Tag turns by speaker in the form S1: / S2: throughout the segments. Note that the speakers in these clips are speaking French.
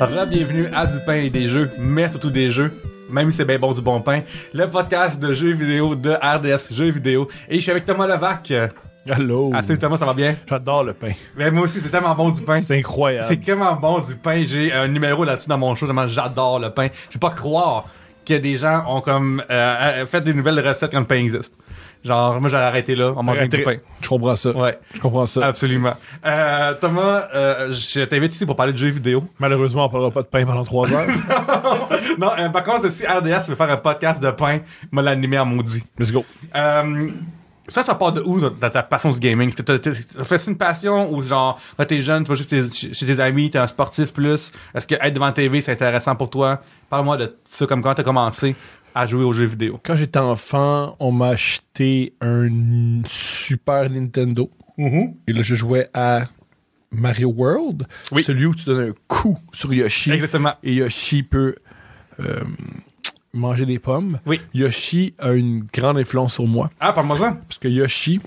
S1: Re-bienvenue à Du pain et des jeux, mais surtout des jeux, même si c'est bien bon du bon pain, le podcast de jeux vidéo de RDS Jeux vidéo. Et je suis avec Thomas Levac.
S2: Allô.
S1: Ah, salut Thomas, ça va bien?
S2: J'adore le pain.
S1: Mais moi aussi, c'est tellement bon du pain.
S2: C'est incroyable.
S1: Hein? C'est tellement bon du pain. J'ai un numéro là-dessus dans mon show, tellement j'adore le pain. Je peux pas croire que des gens ont comme euh, fait des nouvelles recettes quand le pain existe. Genre, moi j'aurais arrêté là, en mangeant du pain.
S2: Je comprends ça.
S1: Ouais. Ah.
S2: Je comprends ça.
S1: Absolument. Euh, Thomas, euh, je t'invite ici pour parler de jeux vidéo.
S2: Malheureusement, on parlera pas de pain pendant trois heures.
S1: non, euh, par contre, si RDS veut faire un podcast de pain, moi l'animer en maudit.
S2: Let's go.
S1: Euh, ça, ça part de où dans ta passion du gaming? T'as- t'as- t'as- Fais-tu une passion ou genre, quand t'es jeune, tu vas juste tes- chez chez tes amis, t'es un sportif plus? Est-ce que être devant la TV, c'est intéressant pour toi? Parle-moi de ça, comme quand t'as commencé à jouer aux jeux vidéo.
S2: Quand j'étais enfant, on m'a acheté un Super Nintendo.
S1: Mm-hmm.
S2: Et là, je jouais à Mario World.
S1: Oui.
S2: Celui où tu donnes un coup sur Yoshi.
S1: Exactement.
S2: Et Yoshi peut euh, manger des pommes.
S1: Oui.
S2: Yoshi a une grande influence sur moi.
S1: Ah, parle-moi ça.
S2: Parce que Yoshi,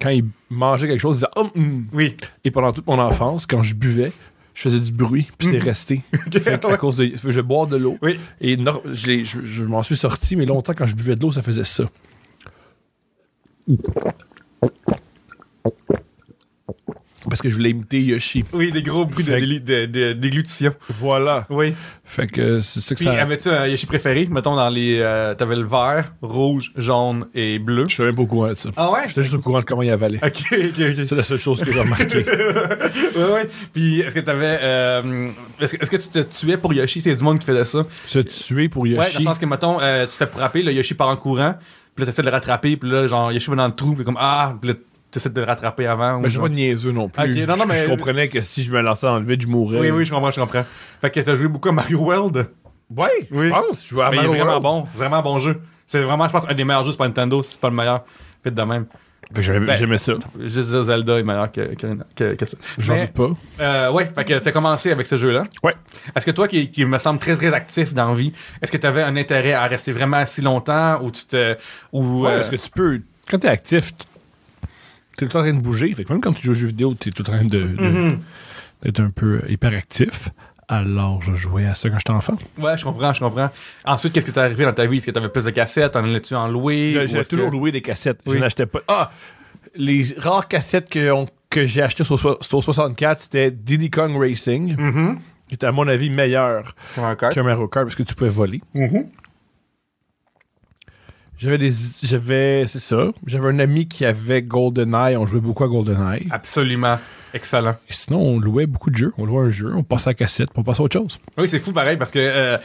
S2: quand il mangeait quelque chose, il disait Oh, hum,
S1: Oui.
S2: Et pendant toute mon enfance, quand je buvais, je faisais du bruit, puis c'est resté. Fait que à cause de, je bois de l'eau.
S1: Hmm. Oui.
S2: Et nor- je, l'ai- je- je m'en suis sorti, mais longtemps, quand je buvais de l'eau, ça faisait ça. Parce que je voulais imiter Yoshi.
S1: Oui, des gros bruits de,
S2: Fait-
S1: déli- de, de- déglutition.
S2: Voilà.
S1: Oui.
S2: Fait que c'est ça que
S1: Puis,
S2: ça.
S1: avais-tu un Yoshi préféré? Mettons, dans les. euh, T'avais le vert, rouge, jaune et bleu.
S2: Je suis même pas au courant de ça.
S1: Ah ouais?
S2: J'étais juste au courant de comment il avalait.
S1: Ok, ok, ok.
S2: C'est la seule chose que j'ai remarqué.
S1: Ouais, ouais. Puis est-ce que t'avais. euh, est-ce, que- est-ce que tu te tuais pour Yoshi C'est du monde qui faisait ça.
S2: Se tuer pour Yoshi.
S1: Ouais, dans le sens que, mettons, euh, tu te fais frapper, le Yoshi part en courant, puis là, t'essaies de le rattraper, puis là, genre, Yoshi va dans le trou, puis comme, ah, puis là, t'essaies de le rattraper avant. ou
S2: Mais Ben, je suis
S1: genre.
S2: pas niaiseux non plus.
S1: Ok, non, non,
S2: Je-
S1: mais-
S2: Je comprenais que si je me lançais dans le vide, je mourrais.
S1: Oui, oui, je comprends, je comprends. Fait que t'as joué beaucoup à Mario World.
S2: Ouais,
S1: Oui.
S2: je pense. Je vais à
S1: Mais il est
S2: Ah, Mario
S1: vraiment
S2: World.
S1: bon, vraiment bon jeu. C'est vraiment, je pense, un des meilleurs jeux sur Nintendo, si c'est pas le meilleur. Fait de même.
S2: Fait que j'aimais-
S1: Ben,
S2: J'aimais ça.
S1: Juste dire Zelda est meilleur que, que, que- que ça.
S2: J'en
S1: Mais-
S2: doute pas.
S1: Euh, ouais, fait que t'as commencé avec ce jeu-là.
S2: Ouais.
S1: Est-ce que toi, qui, qui me semble très très actif dans la vie, est-ce que t'avais un intérêt à rester vraiment assis longtemps ou tu te. Ou,
S2: Ouais,
S1: euh,
S2: parce que tu peux. Quand t'es actif, tu- t'es tout le temps en train de bouger. Fait que même quand tu joues aux jeux vidéo, t'es tout le temps de- de-
S1: Mhm.
S2: d'être un peu hyperactif. Alors, je jouais à ça quand j'étais enfant.
S1: Ouais, je comprends, je comprends. Ensuite, qu'est-ce que t'es arrivé dans ta vie Est-ce que t'avais plus de cassettes T'en allais-tu en louer Ou
S2: J'ai
S1: est-ce que-
S2: toujours loué des cassettes.
S1: Oui.
S2: Je n'achetais pas. Ah Les rares cassettes que, on- que j'ai achetées sur, so- sur 64, c'était Diddy Kong Racing,
S1: Mhm.
S2: qui était à mon avis meilleur
S1: Pour un cœur.
S2: qu'un Mario Kart parce que tu pouvais voler.
S1: Mhm.
S2: J'avais des. J'avais. C'est ça. J'avais un ami qui avait GoldenEye. On jouait beaucoup à GoldenEye.
S1: Absolument. Excellent.
S2: Et sinon, on louait beaucoup de jeux. On louait un jeu, on passait à la cassette, puis on passait à autre chose.
S1: Oui, c'est fou pareil parce que euh,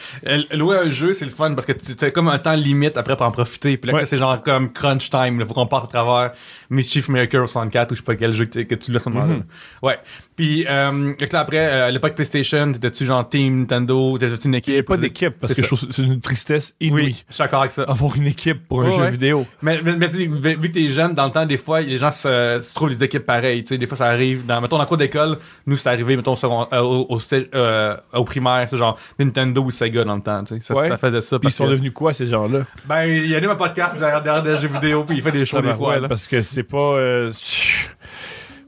S1: louer un jeu, c'est le fun parce que tu as comme un temps limite après pour en profiter. Puis là,
S2: Ouais.
S1: c'est genre comme crunch time. Il faut qu'on parte à travers Mischief Maker 64 ou je sais pas quel jeu que, t'es- que tu l'as sur le moment-là.
S2: Mhm.
S1: Ouais. Puis euh, fait que là, après, euh, à l'époque PlayStation, t'étais-tu genre Team Nintendo, t'étais-tu une équipe?
S2: Il n'y a pas d'équipe, parce
S1: C'est
S2: que je
S1: ça.
S2: trouve que c'est une tristesse inouïe.
S1: Oui, je suis d'accord avec ça.
S2: Avoir une équipe pour un
S1: Ouais,
S2: jeu
S1: ouais.
S2: vidéo.
S1: Mais, mais, mais tu sais, vu vu que t'es jeune, dans le temps, des fois, les gens se, se trouvent des équipes pareilles. Tu sais, des fois, ça arrive. Dans, mettons, dans la cours d'école, nous, c'est arrivé, mettons, au, second- euh, au, au, stage- euh, au primaire, c'est genre Nintendo ou Sega dans le temps. Tu sais, ça,
S2: Ouais.
S1: ça faisait ça.
S2: Puis ils
S1: parce
S2: sont
S1: que-
S2: devenus quoi, ces gens-là?
S1: Ben, il anime un podcast derrière, derrière des jeux vidéo, puis il fait des shows des fois.
S2: Ouais,
S1: là.
S2: Parce que c'est pas. euh,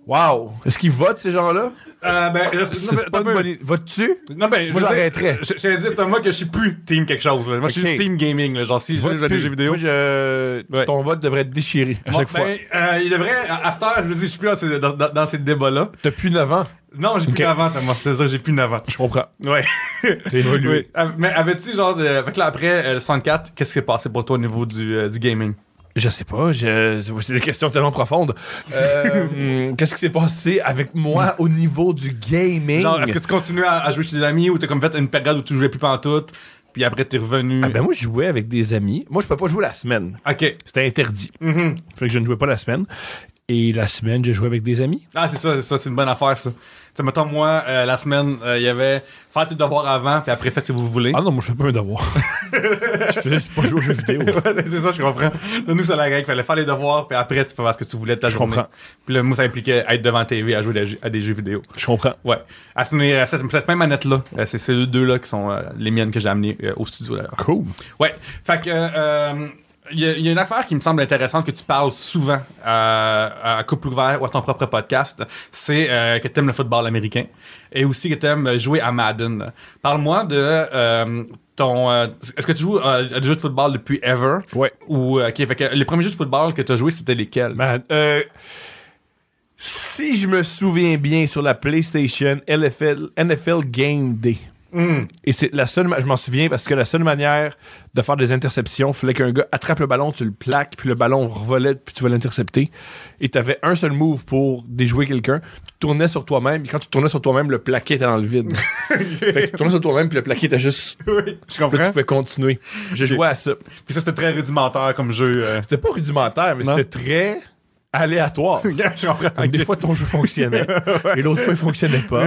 S2: Wow! Est-ce qu'ils votent, ces gens-là?
S1: Euh, ben, là, c'est- non,
S2: C'est
S1: ben,
S2: pas
S1: t'as
S2: une
S1: peu-
S2: bonne idée. Votes-tu?
S1: Non, ben,
S2: Moi,
S1: je veux dire-
S2: j'arrêterais.
S1: Je je vais dire, Thomas, que je suis plus team quelque chose. là. Moi, je suis
S2: Ok.
S1: juste team gaming. là. Genre, si je
S2: Vote
S1: joue à des
S2: plus.
S1: jeux vidéo.
S2: Moi, je-
S1: Ouais.
S2: Ton vote devrait être déchiré à
S1: Bon,
S2: chaque fois.
S1: ben, euh, il devrait, à, à cette heure, je vous dis, je suis plus dans ces, dans, dans- dans ces débats-là.
S2: Depuis 9 ans,
S1: Non, j'ai
S2: Ok.
S1: plus d'avant, Thomas. C'est ça, j'ai plus d'avant.
S2: je comprends.
S1: Ouais.
S2: T'es évolué.
S1: Oui. Ah, Mais avais-tu genre de. Fait que là, après euh, le 64, qu'est-ce qui s'est passé pour toi au niveau du, euh, du gaming?
S2: Je sais pas, je... c'est des questions tellement profondes. Euh, hum, Qu'est-ce qui s'est passé avec moi au niveau du gaming?
S1: Genre, est-ce que tu continuais à, à jouer chez des amis ou t'as comme fait une période où tu jouais plus pantoute, puis après t'es revenu?
S2: Ah ben moi, je jouais avec des amis. Moi, je peux pas jouer la semaine.
S1: Ok.
S2: C'était interdit.
S1: Mhm.
S2: Fait que je ne jouais pas la semaine. Et la semaine, j'ai joué avec des amis.
S1: Ah, c'est ça, c'est ça, c'est une bonne affaire, ça. Tu sais, mettons, moi, euh, la semaine, euh, il y avait faire tes devoirs avant, puis après, faites ce que vous voulez.
S2: Ah non, moi, je fais pas un devoir. je fais juste pas jouer aux jeux vidéo.
S1: Ouais, c'est ça, je comprends. Nous, nous, c'est la règle. Fallait faire les devoirs, puis après, tu peux faire ce que tu voulais de ta
S2: Je
S1: journée.
S2: comprends.
S1: Puis là, moi, ça impliquait être devant TV à jouer des jeux- à des jeux vidéo.
S2: Je comprends.
S1: Ouais. À tenir euh, cette, cette même manette-là. euh, c'est ces deux-là qui sont euh, les miennes que j'ai amenées euh, au studio, d'ailleurs.
S2: Cool.
S1: Ouais. Fait que, euh, euh, Il y, a- il y a une affaire qui me semble intéressante que tu parles souvent euh, à Couple Ouvert ou à ton propre podcast, c'est euh, que tu aimes le football américain et aussi que tu aimes jouer à Madden. Parle-moi de euh, ton. euh, Est-ce que tu joues euh, à des jeux de football depuis ever
S2: Ouais.
S1: Ou, euh, ok, fait que les premiers jeux de football que tu as joués, c'était lesquels
S2: Man, euh, si je me souviens bien, sur la PlayStation, LFL, NFL Game Day. Et c'est la seule. ma- Je m'en souviens parce que la seule manière de faire des interceptions, fallait qu'un gars attrape le ballon, tu le plaques, puis le ballon revolait, puis tu vas l'intercepter. Et t'avais un seul move pour déjouer quelqu'un. Tu tournais sur toi-même, et quand tu tournais sur toi-même, le plaqué était dans le vide. fait que tu tournais sur toi-même, puis le plaqué était juste.
S1: Oui, je
S2: Là, tu
S1: comprends.
S2: pouvais continuer. J'ai joué à ça.
S1: Puis ça, c'était très rudimentaire comme jeu. euh.
S2: C'était pas rudimentaire, mais
S1: Non.
S2: c'était très aléatoire.
S1: je comprends.
S2: Donc, Ah, Des fois, ton jeu fonctionnait et l'autre fois, il fonctionnait pas.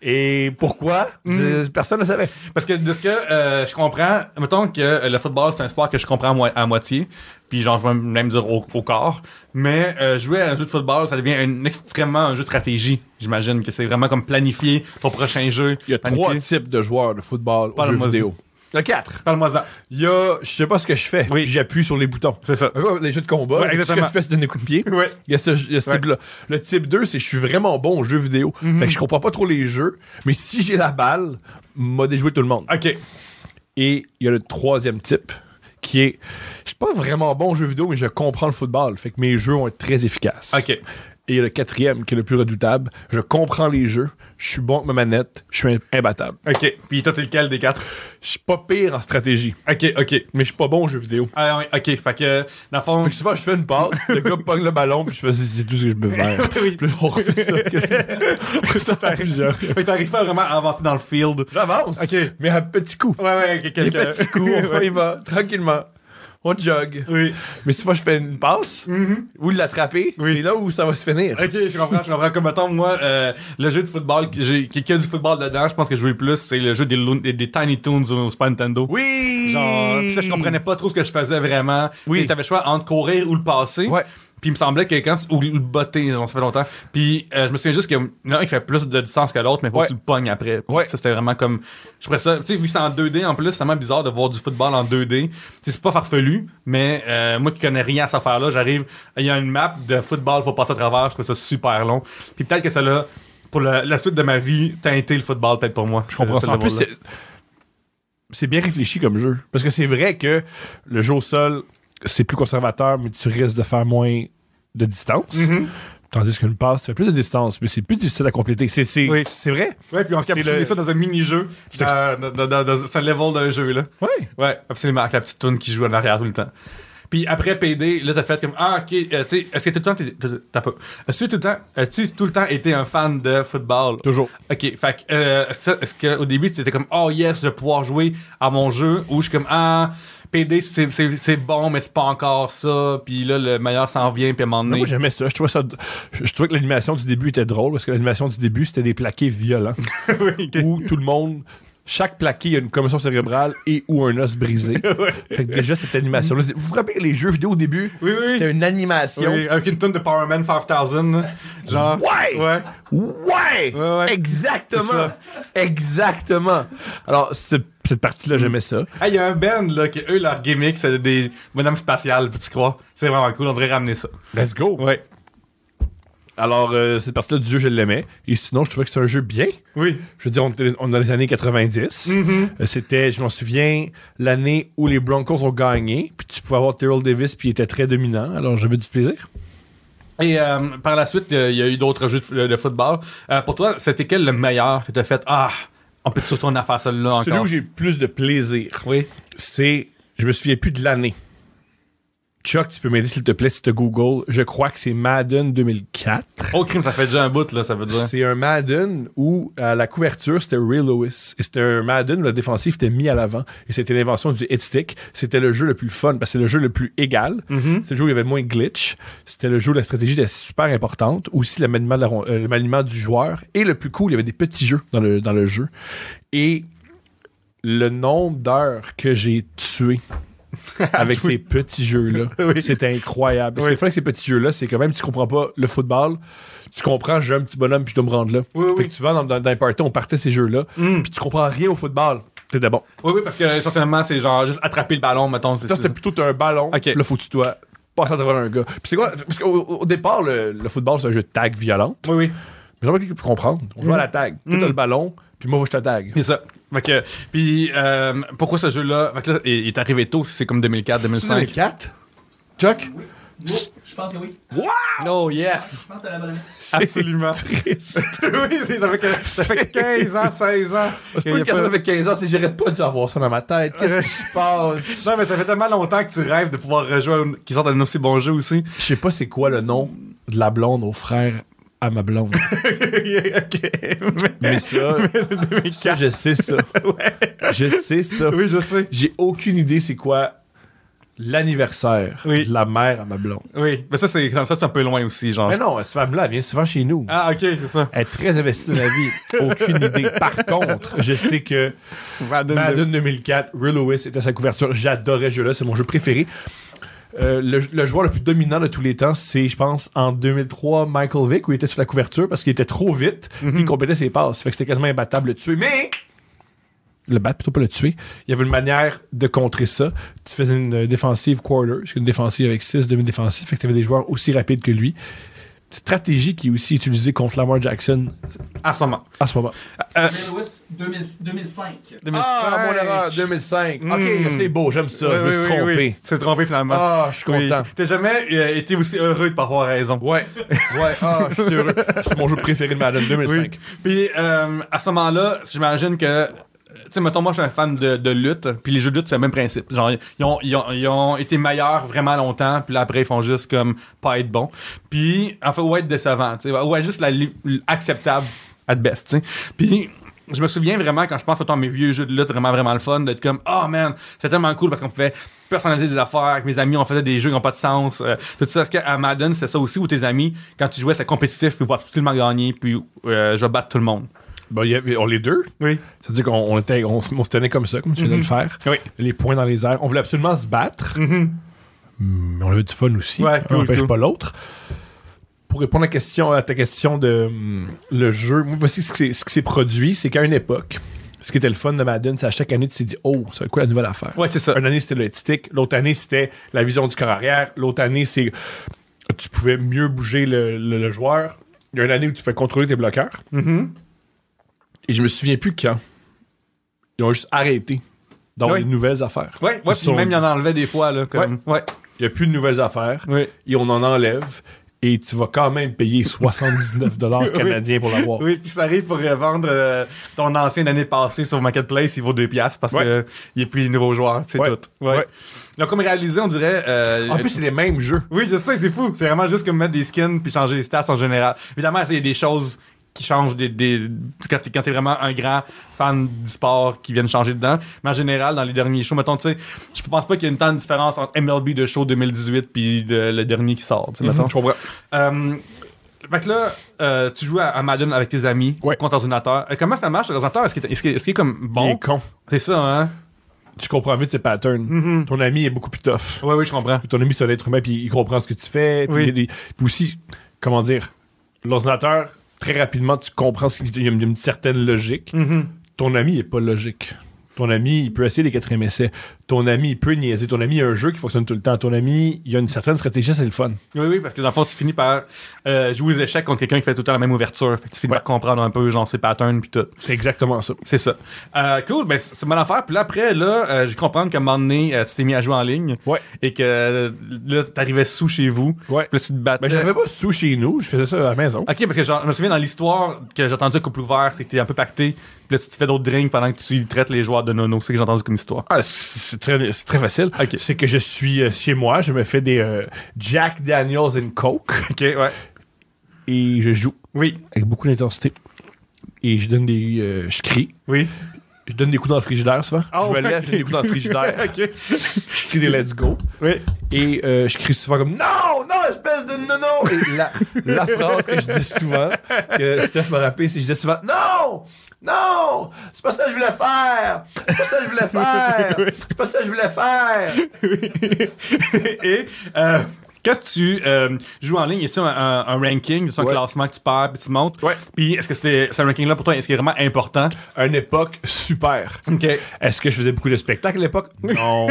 S2: Et pourquoi? Je- Personne ne savait.
S1: Parce que de ce que euh, je comprends, mettons que euh, le football, c'est un sport que je comprends à, moi- à moitié, puis genre, je vais même dire au, au corps, mais euh, jouer à un jeu de football, ça devient un- extrêmement un jeu de stratégie, j'imagine, que c'est vraiment comme planifier ton prochain jeu.
S2: Il y a
S1: planifier-
S2: trois types de joueurs de football au jeu
S1: Parle-moi-y.
S2: vidéo. Il y a quatre.
S1: Parle-moi ça.
S2: Il y a, je sais pas ce que je fais,
S1: Oui.
S2: puis j'appuie sur les boutons.
S1: C'est ça.
S2: Euh, Les jeux de combat,
S1: Ouais,
S2: tout ce que
S1: exactement.
S2: tu fais, c'est donner des coups de pied.
S1: Ouais.
S2: Il y a ce, il y a ce
S1: Ouais.
S2: type-là. Le type 2, c'est je suis vraiment bon aux jeux vidéo. Fait que je comprends pas trop les jeux, mais si j'ai la balle, m'a déjoué tout le monde.
S1: Ok.
S2: Et il y a le troisième type qui est je suis pas vraiment bon aux jeux vidéo, mais je comprends le football. Fait que mes jeux vont être très efficaces.
S1: Ok.
S2: Et il y a le quatrième qui est le plus redoutable. Je comprends les jeux. Je suis bon avec ma manette. Je suis im- imbattable.
S1: Ok. Puis toi, t'es lequel des quatre
S2: Je suis pas pire en stratégie,
S1: Ok, ok.
S2: mais je suis pas bon aux jeux vidéo.
S1: Ah, oui, ok. Fait que, dans le fond.
S2: Fait que souvent, je fais une passe, le gars pogne le ballon, puis je fais c'est c'est tout ce que je peux faire.
S1: Oui.
S2: Puis là, on refait ça. que je- ça fait plusieurs.
S1: Fait que t'arrives pas vraiment à avancer dans le field.
S2: J'avance,
S1: Ok.
S2: mais à petits coups.
S1: Ouais, ouais, ok,
S2: Des
S1: quelques
S2: petits coups, on y va, tranquillement. On jog.
S1: Oui.
S2: Mais souvent, je fais une passe, ou l'attraper,
S1: Mm-hmm. Oui.
S2: c'est là où ça va se finir.
S1: Ok, je comprends, je comprends. Comme mettons, moi, euh, le jeu de football, que j'ai- qui qui a du football dedans, je pense que je joue le plus, c'est le jeu des, Loon- des, des Tiny Toons au Super Nintendo.
S2: Oui!
S1: Genre, pis ça, je comprenais pas trop ce que je faisais vraiment.
S2: Oui.
S1: Oui. T'avais le choix entre courir ou le passer.
S2: Ouais.
S1: Puis il me semblait que quand tu- ou le botter, genre, ça fait longtemps. Puis euh, je me souviens juste qu'il y en a un qui fait plus de distance que l'autre, mais pas
S2: Ouais.
S1: que tu le pognes après.
S2: Ouais.
S1: Ça, c'était vraiment comme. Je trouvais ça. Tu sais, vu que c'est en 2D en plus, c'est vraiment bizarre de voir du football en 2D. Tu sais, c'est pas farfelu, mais euh, moi qui connais rien à cette affaire-là, j'arrive. Il y a une map de football, faut passer à travers. Je trouve ça super long. Puis peut-être que ça l'a, pour la, la suite de ma vie, teinté le football, peut-être pour moi.
S2: Je comprends
S1: Ce
S2: ça. En plus,
S1: level-là.
S2: c'est- c'est bien réfléchi comme jeu. Parce que c'est vrai que le jeu au sol, c'est plus conservateur, mais tu risques de faire moins de distance.
S1: Mm-hmm.
S2: Tandis qu'une passe, tu fais plus de distance, mais c'est plus difficile à compléter. C'est c'est-
S1: Oui.
S2: c'est vrai.
S1: Ouais, puis on capsulait
S2: le-
S1: ça dans un mini-jeu. Dans, dans, dans- dans- c'est un level d'un jeu, là.
S2: Oui.
S1: Ouais, absolument, avec la petite toune qui joue en arrière tout le temps. Puis après PD, là, t'as fait comme Ah, ok, euh, tu sais, est-ce que tout le temps, t'es- t'es- t'as pas. Est-ce que tout le temps, as-tu tout le temps été un fan de football?
S2: Toujours.
S1: Ok, fait que, euh, est-ce que- est-ce qu'au début, c'était comme Oh yes, je vais pouvoir jouer à mon jeu, ou je suis comme Ah, PD, c'est- c'est c'est bon, mais c'est pas encore ça, puis là, le meilleur s'en vient, puis à un moment
S2: Non,
S1: donné.
S2: moi, j'aimais ça. Je trouvais, ça. je, je trouvais que l'animation du début était drôle parce que l'animation du début, c'était des plaqués violents où tout le monde. Chaque plaqué, il y a une commotion cérébrale et ou un os brisé. Fait que déjà, cette animation-là. c'est- Vous vous rappelez les jeux vidéo au début?
S1: Oui, oui.
S2: C'était une animation.
S1: Oui, avec une toune de Power Man 5000, genre.
S2: Ouais!
S1: Ouais. Ouais,
S2: Ouais!
S1: ouais. C'est
S2: Exactement!
S1: ça.
S2: Exactement! Alors, ce- cette partie-là, j'aimais ça.
S1: Ah, il y a un band, là, que eux, leur gimmick, c'est des bonhommes spatiales, tu crois? C'est vraiment cool, on devrait ramener ça.
S2: Let's go!
S1: Ouais.
S2: Alors, euh, cette partie-là du jeu, je l'aimais. Et sinon, je trouvais que c'était un jeu bien.
S1: Oui.
S2: Je veux dire, on était on est dans les années 90.
S1: Mm-hmm.
S2: Euh, C'était, je m'en souviens, l'année où les Broncos ont gagné. Puis tu pouvais avoir Terrell Davis, puis il était très dominant. Alors, j'avais du plaisir.
S1: Et euh, par la suite, euh, il y a eu d'autres jeux de, f- de football. Euh, pour toi, c'était quel le meilleur que t'as fait? Ah, on peut se retourner à faire celle-là encore.
S2: Celui où j'ai plus de plaisir,
S1: Oui.
S2: c'est. Je me souviens plus de l'année. Chuck, tu peux m'aider, s'il te plaît, si tu Google. Je crois que c'est Madden 2004.
S1: Oh, crime, ça fait déjà un bout, là, ça veut dire.
S2: C'est un Madden où à la couverture c'était Ray Lewis. Et c'était un Madden où la défensive était mis à l'avant. Et c'était l'invention du hit stick. C'était le jeu le plus fun parce que c'est le jeu le plus égal.
S1: Mhm. Mm-hmm.
S2: C'est le jeu où il y avait moins de glitch. C'était le jeu où la stratégie était super importante. Aussi le maniement, de la ron- euh, le maniement du joueur. Et le plus cool, il y avait des petits jeux dans le, dans le jeu. Et le nombre d'heures que j'ai tué avec ces petits jeux-là, c'est incroyable. Parce que le fait que ces petits jeux-là, c'est quand même, tu comprends pas le football, tu comprends, j'ai un petit bonhomme, puis je dois me rendre là.
S1: Oui, Mm.
S2: fait
S1: oui.
S2: que souvent, dans, dans, dans les parties, on partait ces jeux-là, puis tu comprends rien au football. C'était bon.
S1: Oui, oui, parce que essentiellement, c'est genre juste attraper le ballon, mettons. c'est-
S2: Ça, c'était plutôt t'as un ballon.
S1: Ok.
S2: Là, faut que tu dois passer à travers un gars. Puis c'est quoi? Parce qu'au au départ, le, le football, c'est un jeu de tag violent.
S1: Oui, oui.
S2: Mais j'ai pas quelqu'un pour comprendre. On joue à la tag. Toi, t'as le ballon, puis moi, faut que je te tag.
S1: C'est ça. Fait que, puis, euh, pourquoi ce jeu-là, fait que là, il il est arrivé tôt, si c'est comme 2004, 2005.
S2: 4? Chuck?
S3: Je pense que oui.
S1: Oh, yes!
S3: Je pense que t'as la bonne.
S1: Absolument.
S2: Triste.
S1: oui, c'est- ça fait, que, ça fait 15 ans, 16 ans.
S2: C'est
S1: qu'il y a
S2: pas
S1: pas-
S2: une question avec 15 ans, c'est j'aurais pas dû avoir ça dans ma tête. Qu'est-ce qui se passe?
S1: Non, mais ça fait tellement longtemps que tu rêves de pouvoir rejoindre, qu'ils sortent un aussi bon jeu aussi.
S2: Je sais pas c'est quoi le nom de la blonde au frère à ma blonde.
S1: ok.
S2: Mais ça, ça, je sais ça. Je sais ça.
S1: Oui, je sais.
S2: J'ai aucune idée c'est quoi l'anniversaire
S1: Oui.
S2: de la mère à ma blonde.
S1: Oui, mais ça, c'est comme ça, c'est un peu loin aussi, genre.
S2: Mais non, cette femme-là, elle vient souvent chez nous.
S1: Ah, ok, c'est ça.
S2: Elle est très investie dans la vie. Aucune idée. Par contre, je sais que
S1: Madden
S2: Madden 2004, Real Lewis était à sa couverture. J'adorais ce jeu-là. C'est mon jeu préféré. Euh, le, le joueur le plus dominant de tous les temps, c'est, je pense, en 2003, Michael Vick, où il était sur la couverture parce qu'il était trop vite, puis il compétait ses passes. Fait que c'était quasiment imbattable de le tuer. Mais le battre, plutôt pas le tuer. Il y avait une manière de contrer ça. Tu faisais une euh, défensive quarter, c'est une défensive avec 6 demi-défensifs, fait que tu avais des joueurs aussi rapides que lui. Stratégie qui est aussi utilisée contre Lamar Jackson
S1: à ce moment.
S2: à ce moment.
S3: Ray Lewis, 2000 2005.
S2: Ah,
S1: 2005.
S2: 2005.
S1: Mm.
S2: Ok, c'est beau, j'aime ça.
S1: Ah, Oui,
S2: je me suis
S1: oui, oui,
S2: trompé.
S1: oui. Tu t'es trompé finalement.
S2: Ah, je suis
S1: Oui.
S2: content.
S1: T'as jamais euh, été aussi heureux de pas avoir raison.
S2: Ouais, ouais, ah, je suis heureux. C'est mon jeu préféré de Madden 2005.
S1: Puis euh, à ce moment-là, j'imagine que. Tu sais, mettons, moi, je suis un fan de, de lutte, puis les jeux de lutte, c'est le même principe. Genre, ils ont, ils ont, ils ont été meilleurs vraiment longtemps, puis là, après, ils font juste comme pas être bons. Puis, en fait, ou être décevant, tu sais, ou être juste la, li- acceptable at best, tu sais. Puis, je me souviens vraiment quand je pense mettons, à mes vieux jeux de lutte vraiment vraiment le fun d'être comme oh man c'est tellement cool parce qu'on pouvait personnaliser des affaires avec mes amis on faisait des jeux qui n'ont pas de sens euh, tout ça est-ce qu'à Madden c'est ça aussi où tes amis quand tu jouais c'est compétitif puis voir absolument gagner puis euh, je vais battre tout le monde
S2: Bon, il y avait- on les deux.
S1: oui
S2: C'est-à-dire qu'on on était, on, se- on se tenait comme ça, comme tu viens de le faire.
S1: Oui.
S2: Les poings dans les airs. On voulait absolument se battre. Hmm, Mais on avait du fun aussi.
S1: Ouais,
S2: on
S1: cool,
S2: n'empêche
S1: cool.
S2: pas l'autre. Pour répondre à, la question, à ta question de hum, le jeu, moi, voici ce qui s'est- ce qui s'est produit. C'est qu'à une époque, ce qui était le fun de Madden, c'est à chaque année, tu t'es dit, oh, c'est quoi la nouvelle affaire?
S1: ouais c'est ça
S2: Une année, c'était le stick. L'autre année, c'était la vision du corps arrière. L'autre année, c'est tu pouvais mieux bouger le, le- le joueur. Il y a une année où tu pouvais contrôler tes bloqueurs.
S1: Mhm.
S2: Et je me souviens plus quand. Ils ont juste arrêté dans
S1: Oui.
S2: les nouvelles affaires.
S1: ouais ouais
S2: Ils
S1: puis
S2: sont-
S1: même il en enlevait des fois là comme ouais
S2: Il n'y a plus de nouvelles affaires.
S1: oui
S2: Et on en enlève. Et tu vas quand même payer 79 dollars canadiens pour l'avoir.
S1: oui puis ça arrive pour revendre euh, ton ancien année passée sur marketplace il vaut 2 piastres parce
S2: Ouais.
S1: que euh, il est plus nouveau joueur c'est
S2: Ouais.
S1: tout ouais,
S2: Ouais.
S1: donc comme réalisé on dirait euh,
S2: En plus, c'est les mêmes jeux.
S1: Oui, je sais, c'est fou. C'est vraiment juste comme mettre des skins puis changer les stats en général. Évidemment, il y a des choses qui changent des, des- quand t'es quand t'es vraiment un grand fan du sport qui viennent changer dedans. Mais en général, dans les derniers shows, mettons, tu sais, je pense pas qu'il y ait une tant de différence entre MLB de show 2018 puis de- le dernier qui sort. tu sais, mettons.
S2: Mhm, Je comprends.
S1: Euh, fait que là, euh, tu joues à, à Madden avec tes amis
S2: Ouais.
S1: contre ordinateur. Euh, comment ça marche, l'ordinateur? Est-ce qu'il est, est, est comme
S2: Il
S1: bon?
S2: est con.
S1: C'est ça, hein?
S2: Tu comprends vite ses patterns.
S1: Mhm.
S2: Ton ami est beaucoup plus tough.
S1: Ouais, oui, je comprends.
S2: ton ami c'est un être humain puis il comprend ce que tu fais puis,
S1: Oui.
S2: il y a des- puis aussi comment dire l'ordinateur très rapidement tu comprends ce qu'il y a une, une certaine logique
S1: Mhm.
S2: ton ami est pas logique ton ami, il peut essayer les quatrièmes essais. Ton ami, il peut niaiser. Ton ami, il y a un jeu qui fonctionne tout le temps. Ton ami, il y a une certaine stratégie, c'est le fun.
S1: Oui, oui, parce que dans le fond, tu finis par euh, jouer aux échecs contre quelqu'un qui fait tout le temps la même ouverture. Fait que tu finis
S2: Ouais.
S1: par comprendre un peu, genre, ses patterns puis tout.
S2: C'est exactement ça.
S1: C'est ça. Euh, cool, ben, c'est c'est une bonne affaire. Puis là, après, là, euh, j'ai compris qu'à un moment donné, euh, tu t'es mis à jouer en ligne.
S2: Ouais.
S1: Et que euh, là, t'arrivais sous chez vous.
S2: Ouais.
S1: Puis là, tu te battais.
S2: Mais j'avais ben, pas sous chez nous, je faisais ça à la maison.
S1: Ok, parce que genre, je me souviens dans l'histoire que j'ai entendu à couple ouvert, c'est que t'es un peu pacté. Puis là, tu te fais d'autres drinks pendant que tu traites les joueurs de nono. C'est ce que j'ai entendu comme histoire.
S2: Ah, c'est c'est très, c'est très facile. C'est que je suis euh, chez moi, je me fais des euh, Jack Daniels and Coke
S1: Ok, ouais.
S2: et je joue.
S1: Oui.
S2: avec beaucoup d'intensité. Et je donne des. euh, je crie.
S1: Oui.
S2: Je donne des coups dans le frigidaire souvent.
S1: Ah
S2: je me
S1: ouais,
S2: lève,
S1: ok.
S2: je donne des coups dans le frigidaire.
S1: ok.
S2: je crie des let's go.
S1: Oui.
S2: Et euh, je crie souvent comme Non, non, espèce de nono. Et la, la phrase que je dis souvent, que Steph m'a rappelé, c'est que je dis souvent Non, non, c'est pas ça que je voulais faire. C'est pas ça que je voulais faire. C'est pas ça que je voulais faire.
S1: et euh, Quand tu euh, joues en ligne, y a-tu un, un- un ranking, y a un
S2: Ouais.
S1: classement que tu perds puis tu montes?
S2: Ouais.
S1: Puis est-ce que c'est, ce ranking-là pour toi, est-ce qu'il est vraiment important?
S2: Une époque super.
S1: OK.
S2: Est-ce que je faisais beaucoup de spectacles à l'époque? Non.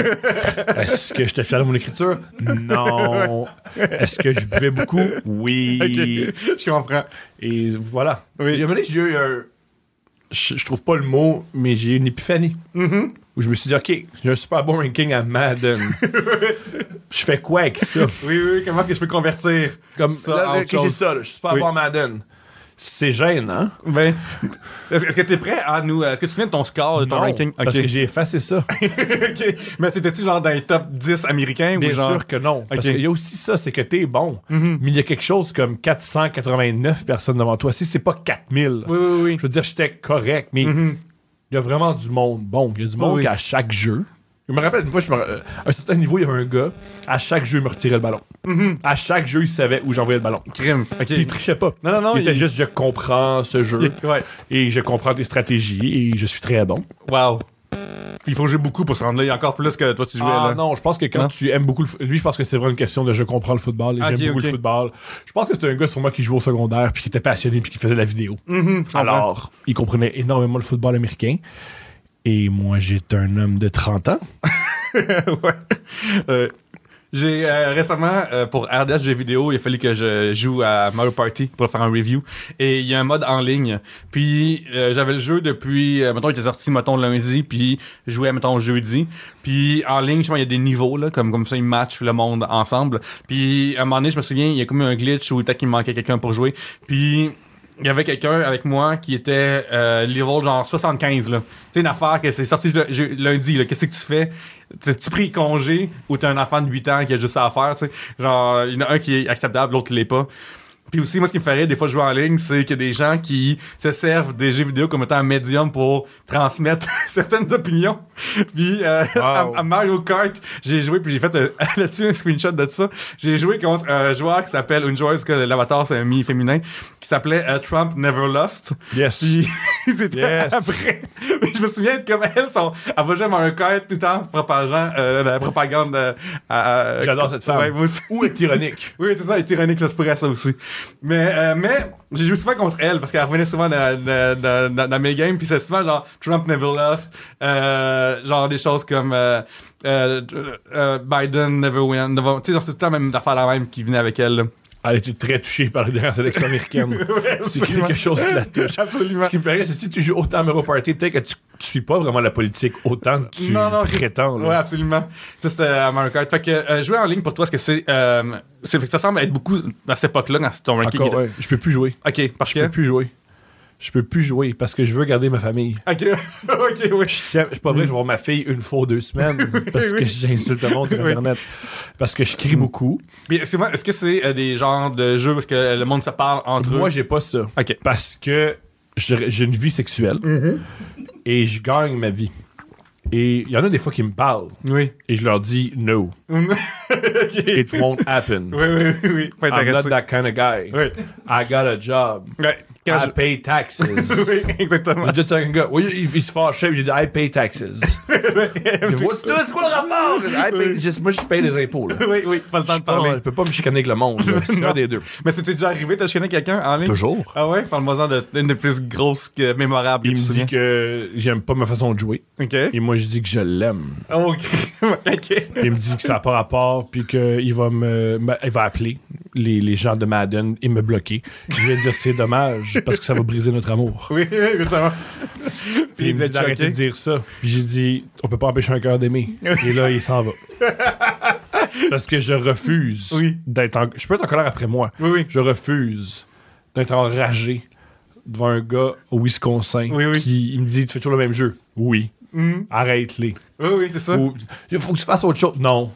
S2: Est-ce que j'étais fier de mon écriture? Non. Est-ce que je buvais beaucoup? Oui.
S1: Je comprends.
S2: Et voilà.
S1: Oui.
S2: Il y a un moment donné, j'ai eu un- Je, je trouve pas le mot, mais j'ai eu une épiphanie.
S1: Mm-hmm.
S2: Où je me suis dit, OK, j'ai un super bon ranking à Madden. je fais quoi avec ça?
S1: Oui, oui, comment est-ce que je peux convertir
S2: Comme,
S1: ça
S2: là,
S1: en autre
S2: là, OK, j'ai
S1: chose?
S2: ça, là, je suis super
S1: Oui.
S2: bon à Madden. C'est gênant. hein?
S1: Ben, est-ce, est-ce que t'es prêt à nous... euh, Est-ce que tu te souviens de ton score, de ton
S2: Non,
S1: ranking? OK.
S2: Parce que j'ai effacé ça.
S1: OK. Mais t'étais-tu genre dans les top 10 américains
S2: Bien
S1: ou genre...
S2: sûr que non. Parce
S1: Ok. Mhm.
S2: qu'il y a aussi ça, c'est que t'es bon. Mais il y a quelque chose comme 489 personnes devant toi. Si c'est pas 4000,
S1: Oui, oui, oui. Mhm.
S2: je veux dire, j'étais correct, mais il y a vraiment du monde. Bon, il y a du monde
S1: oui.
S2: à chaque jeu. Je me rappelle une fois, je me- euh, à un certain niveau, il y avait un gars, à chaque jeu, il me retirait le ballon. À chaque jeu, il savait où j'envoyais le ballon.
S1: Crime. Mhm. OK.
S2: Puis il trichait pas.
S1: Non, non, non,
S2: Il, était
S1: il-
S2: juste, je comprends ce jeu.
S1: Ouais.
S2: Et je comprends tes stratégies et je suis très bon.
S1: Wow. Puis il faut jouer beaucoup pour se rendre là. Il y a encore plus que toi, tu jouais
S2: Ah
S1: là.
S2: non, je pense que quand
S1: Non?
S2: tu aimes beaucoup le foot- lui, je pense que c'est vraiment une question de je comprends le football et
S1: Ah, ok,
S2: j'aime beaucoup
S1: ok.
S2: le football. Je pense que c'était un gars sur moi qui jouait au secondaire puis qui était passionné puis qui faisait de la vidéo.
S1: Mm-hmm,
S2: Alors, il comprenait énormément le football américain. Et moi, j'étais un homme de 30 ans.
S1: ouais. Euh, j'ai euh, récemment, euh, pour RDS Jeux vidéo, il a fallu que je joue à Mario Party pour faire un review. Et il y a un mode en ligne. Puis euh, j'avais le jeu depuis, euh, mettons, il était sorti, mettons, lundi, puis je jouais, mettons, jeudi. Puis en ligne, je sais pas, il y a des niveaux, là, comme, comme ça, ils matchent le monde ensemble. Puis à un moment donné, je me souviens, il y a comme eu un glitch où peut-être qu'il me manquait quelqu'un pour jouer. Puis il y avait quelqu'un avec moi qui était euh, level genre 75 là. Tu sais une affaire que c'est sorti le- je- lundi là, qu'est-ce que tu fais Tu tu pris congé ou t'as un enfant de 8 ans qui a juste ça à faire, tu sais. Genre il y en a un qui est acceptable, l'autre l'est pas. Puis aussi, moi, ce qui me ferait des fois jouer en ligne, c'est qu'il y a des gens qui se servent des jeux vidéo comme étant un médium pour transmettre certaines opinions. Puis euh, à, à Mario Kart, j'ai joué, puis j'ai fait euh, là-dessus un screenshot de ça. J'ai joué contre un joueur qui s'appelle, une joueuse que l'avatar c'est un mi féminin, qui s'appelait euh, Trump Never Lost.
S2: Yes.
S1: Puis c'était
S2: Yes.
S1: après. Mais je me souviens de comme elle, son, elle va jouer à Mario Kart tout en propageant euh, la propagande. euh, à- à-
S2: J'adore cette femme.
S1: Ouais, moi aussi.
S2: Ou est ironique.
S1: Oui, c'est ça, elle est ironique, ça se pourrait ça aussi. Mais, euh, mais j'ai joué souvent contre elle parce qu'elle revenait souvent dans, dans, dans- dans- dans mes games, puis c'est souvent genre Trump never lost, euh, genre des choses comme euh, euh, euh, Biden never win, never- tu sais, genre, c'est tout le temps même d'affaire la même qui venait avec elle. là.
S2: Elle était très touchée par la dernière sélection américaine. c'est
S1: absolument.
S2: quelque chose qui la touche.
S1: Absolument.
S2: Ce qui me paraît, c'est que si tu joues autant à Mario Party, peut-être que tu, tu suis pas vraiment la politique autant que tu prétends. là.
S1: Ouais, absolument. Ça, c'était à Mario Kart. Fait que euh, jouer en ligne pour toi, est-ce que c'est. euh, c'est fait que ça semble être beaucoup à cette époque-là, quand c'est ton ranking.
S2: Encore,
S1: était-
S2: ouais. Je peux plus jouer.
S1: Ok, parce
S2: Je
S1: que.
S2: peux plus jouer. Je peux plus jouer parce que je veux garder ma famille.
S1: Ok, ok, oui.
S2: Je tiens- c'est pas vrai, que je vais voir ma fille une fois ou deux semaines parce que
S1: Mm. Oui.
S2: j'insulte le monde sur
S1: Oui. Mm.
S2: Internet. Parce que je crie beaucoup.
S1: Puis, excuse-moi, est-ce que c'est euh, des genres de jeux où est-ce que le monde se parle entre
S2: Moi,
S1: eux?
S2: j'ai pas ça.
S1: Ok.
S2: Parce que je- j'ai une vie sexuelle
S1: Mm-hmm.
S2: et je gagne ma vie. Et il y en a des fois qui me parlent
S1: Oui.
S2: et je leur dis no.
S1: Mm. ok.
S2: It won't happen.
S1: Oui, oui, oui, oui. Pas
S2: I'm not
S1: intéressé.
S2: that kind of guy.
S1: Oui.
S2: I got a job.
S1: Ouais. Quand
S2: I
S1: je-
S2: pay taxes.
S1: Ah, oui, exactement.
S2: J'ai dit à un gars, oui, il, il se fâchait, puis j'ai dit, I pay taxes. Il dit, What's- C'est quoi le rapport? I pay- j'ai dit, ben, moi, je paye les impôts. Là.
S1: Oui, oui, pas le temps
S2: Je
S1: de parler.
S2: peux- je peux pas me chicaner avec le monde. là. C'est un des deux.
S1: Mais c'était déjà arrivé, t'as chicané quelqu'un en ligne?
S2: Toujours.
S1: Ah ouais? Parle-moi-en de- d'une des plus grosses que, mémorables.
S2: Il
S1: que
S2: me
S1: tu te
S2: dit que j'aime pas ma façon de jouer.
S1: souviens.
S2: Et moi, je dis que je l'aime.
S1: Ok. Ah, ok.
S2: Il me dit que ça n'a pas rapport, puis qu'il va me, me- il va appeler les, les gens de Madden et me bloquer. Je vais dire c'est dommage parce que ça va briser notre amour.
S1: Oui, exactement.
S2: Puis il me dit
S1: était
S2: d'arrêter de dire ça. Puis j'ai dit on peut pas empêcher un cœur d'aimer. Et là il s'en va. Parce que je refuse
S1: Oui.
S2: d'être en, je peux être en colère après moi.
S1: Oui, oui.
S2: Je refuse d'être enragé devant un gars au Wisconsin
S1: Oui, Hmm. oui.
S2: qui il me dit tu fais toujours le même jeu. Oui. Arrête-les.
S1: Oui, oui, c'est ça.
S2: Ou, il faut que tu fasses autre chose. Non.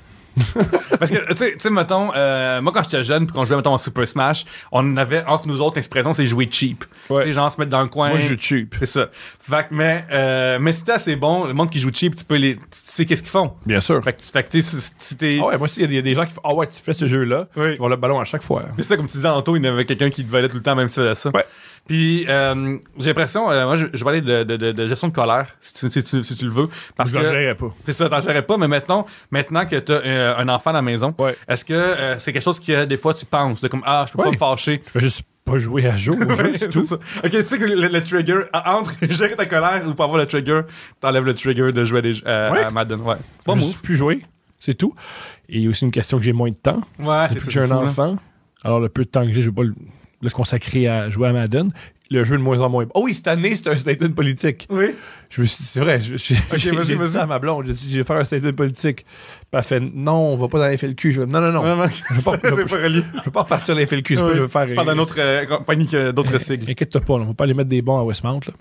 S1: Parce que, tu sais- tu sais, mettons, euh, moi quand j'étais jeune, puis qu'on jouait, mettons, en Super Smash, on avait entre nous autres l'expression, c'est jouer cheap.
S2: Ouais.
S1: Les gens se mettent dans le coin.
S2: Moi je cheap.
S1: C'est ça. Fait que, mais, euh, mais si t'es assez bon, le monde qui joue cheap, tu peux les. Tu sais qu'est-ce qu'ils font.
S2: Bien sûr.
S1: Fait que, fait que tu sais, si- si t'es.
S2: Ah ouais, moi aussi, il y a des- il y, a des gens qui font Ah ouais, tu fais ce jeu-là,
S1: Oui.
S2: tu vas le ballon à chaque fois.
S1: Mais ça, comme tu disais, Anto, il y en avait quelqu'un qui te valait tout le temps, même si ça. ça.
S2: Ouais.
S1: Puis euh, j'ai l'impression, euh, moi je, je vais aller de, de- de- de gestion de colère, si tu, si tu- si tu le veux. Parce
S2: Je
S1: que
S2: l'ingérerais pas.
S1: c'est ça, t'en gérerais pas, mais maintenant, maintenant que t'as euh, un enfant à la maison,
S2: Ouais.
S1: est-ce que euh, c'est quelque chose que euh, des fois tu penses, de comme ah je peux pas
S2: Ouais.
S1: me fâcher.
S2: Je vais juste pas jouer à jour.
S1: C'est ça. Ok, tu sais que le, le trigger euh, entre gérer ta colère ou pas avoir le trigger, t'enlèves le trigger de jouer à, des, jeux- euh,
S2: Ouais.
S1: à Madden. Ouais. Pas
S2: Pas
S1: mou.
S2: juste plus jouer. C'est tout. Et il y a aussi une question que j'ai moins de temps.
S1: Ouais,
S2: Depuis
S1: Ah, c'est
S2: que j'ai un
S1: fou, hein. là.
S2: enfant, alors le peu de temps que j'ai, je vais pas le, le consacrer à jouer à Madden. Le jeu est de moins en moins. Oh oui, cette année, c'est un statement politique.
S1: Oui.
S2: Je me suis dit, c'est vrai, je- je- j'ai
S1: vas-y,
S2: j'ai dit
S1: vas-y.
S2: ça à ma blonde. J'ai dit, je vais faire un statement politique. Puis elle fait, non, on va pas dans les FLQ. Je vais, non, non, non,
S1: Non, non,
S2: Je vais pas- je
S1: c'est
S2: vais
S1: pas relié.
S2: je vais pas repartir dans les FLQ. C'est pas que je veux faire.
S1: Tu parles d'une autre euh, compagnie que d'autres sigles.
S2: Inquiète-toi pas, là, on va pas aller mettre des bons à Westmount. Là.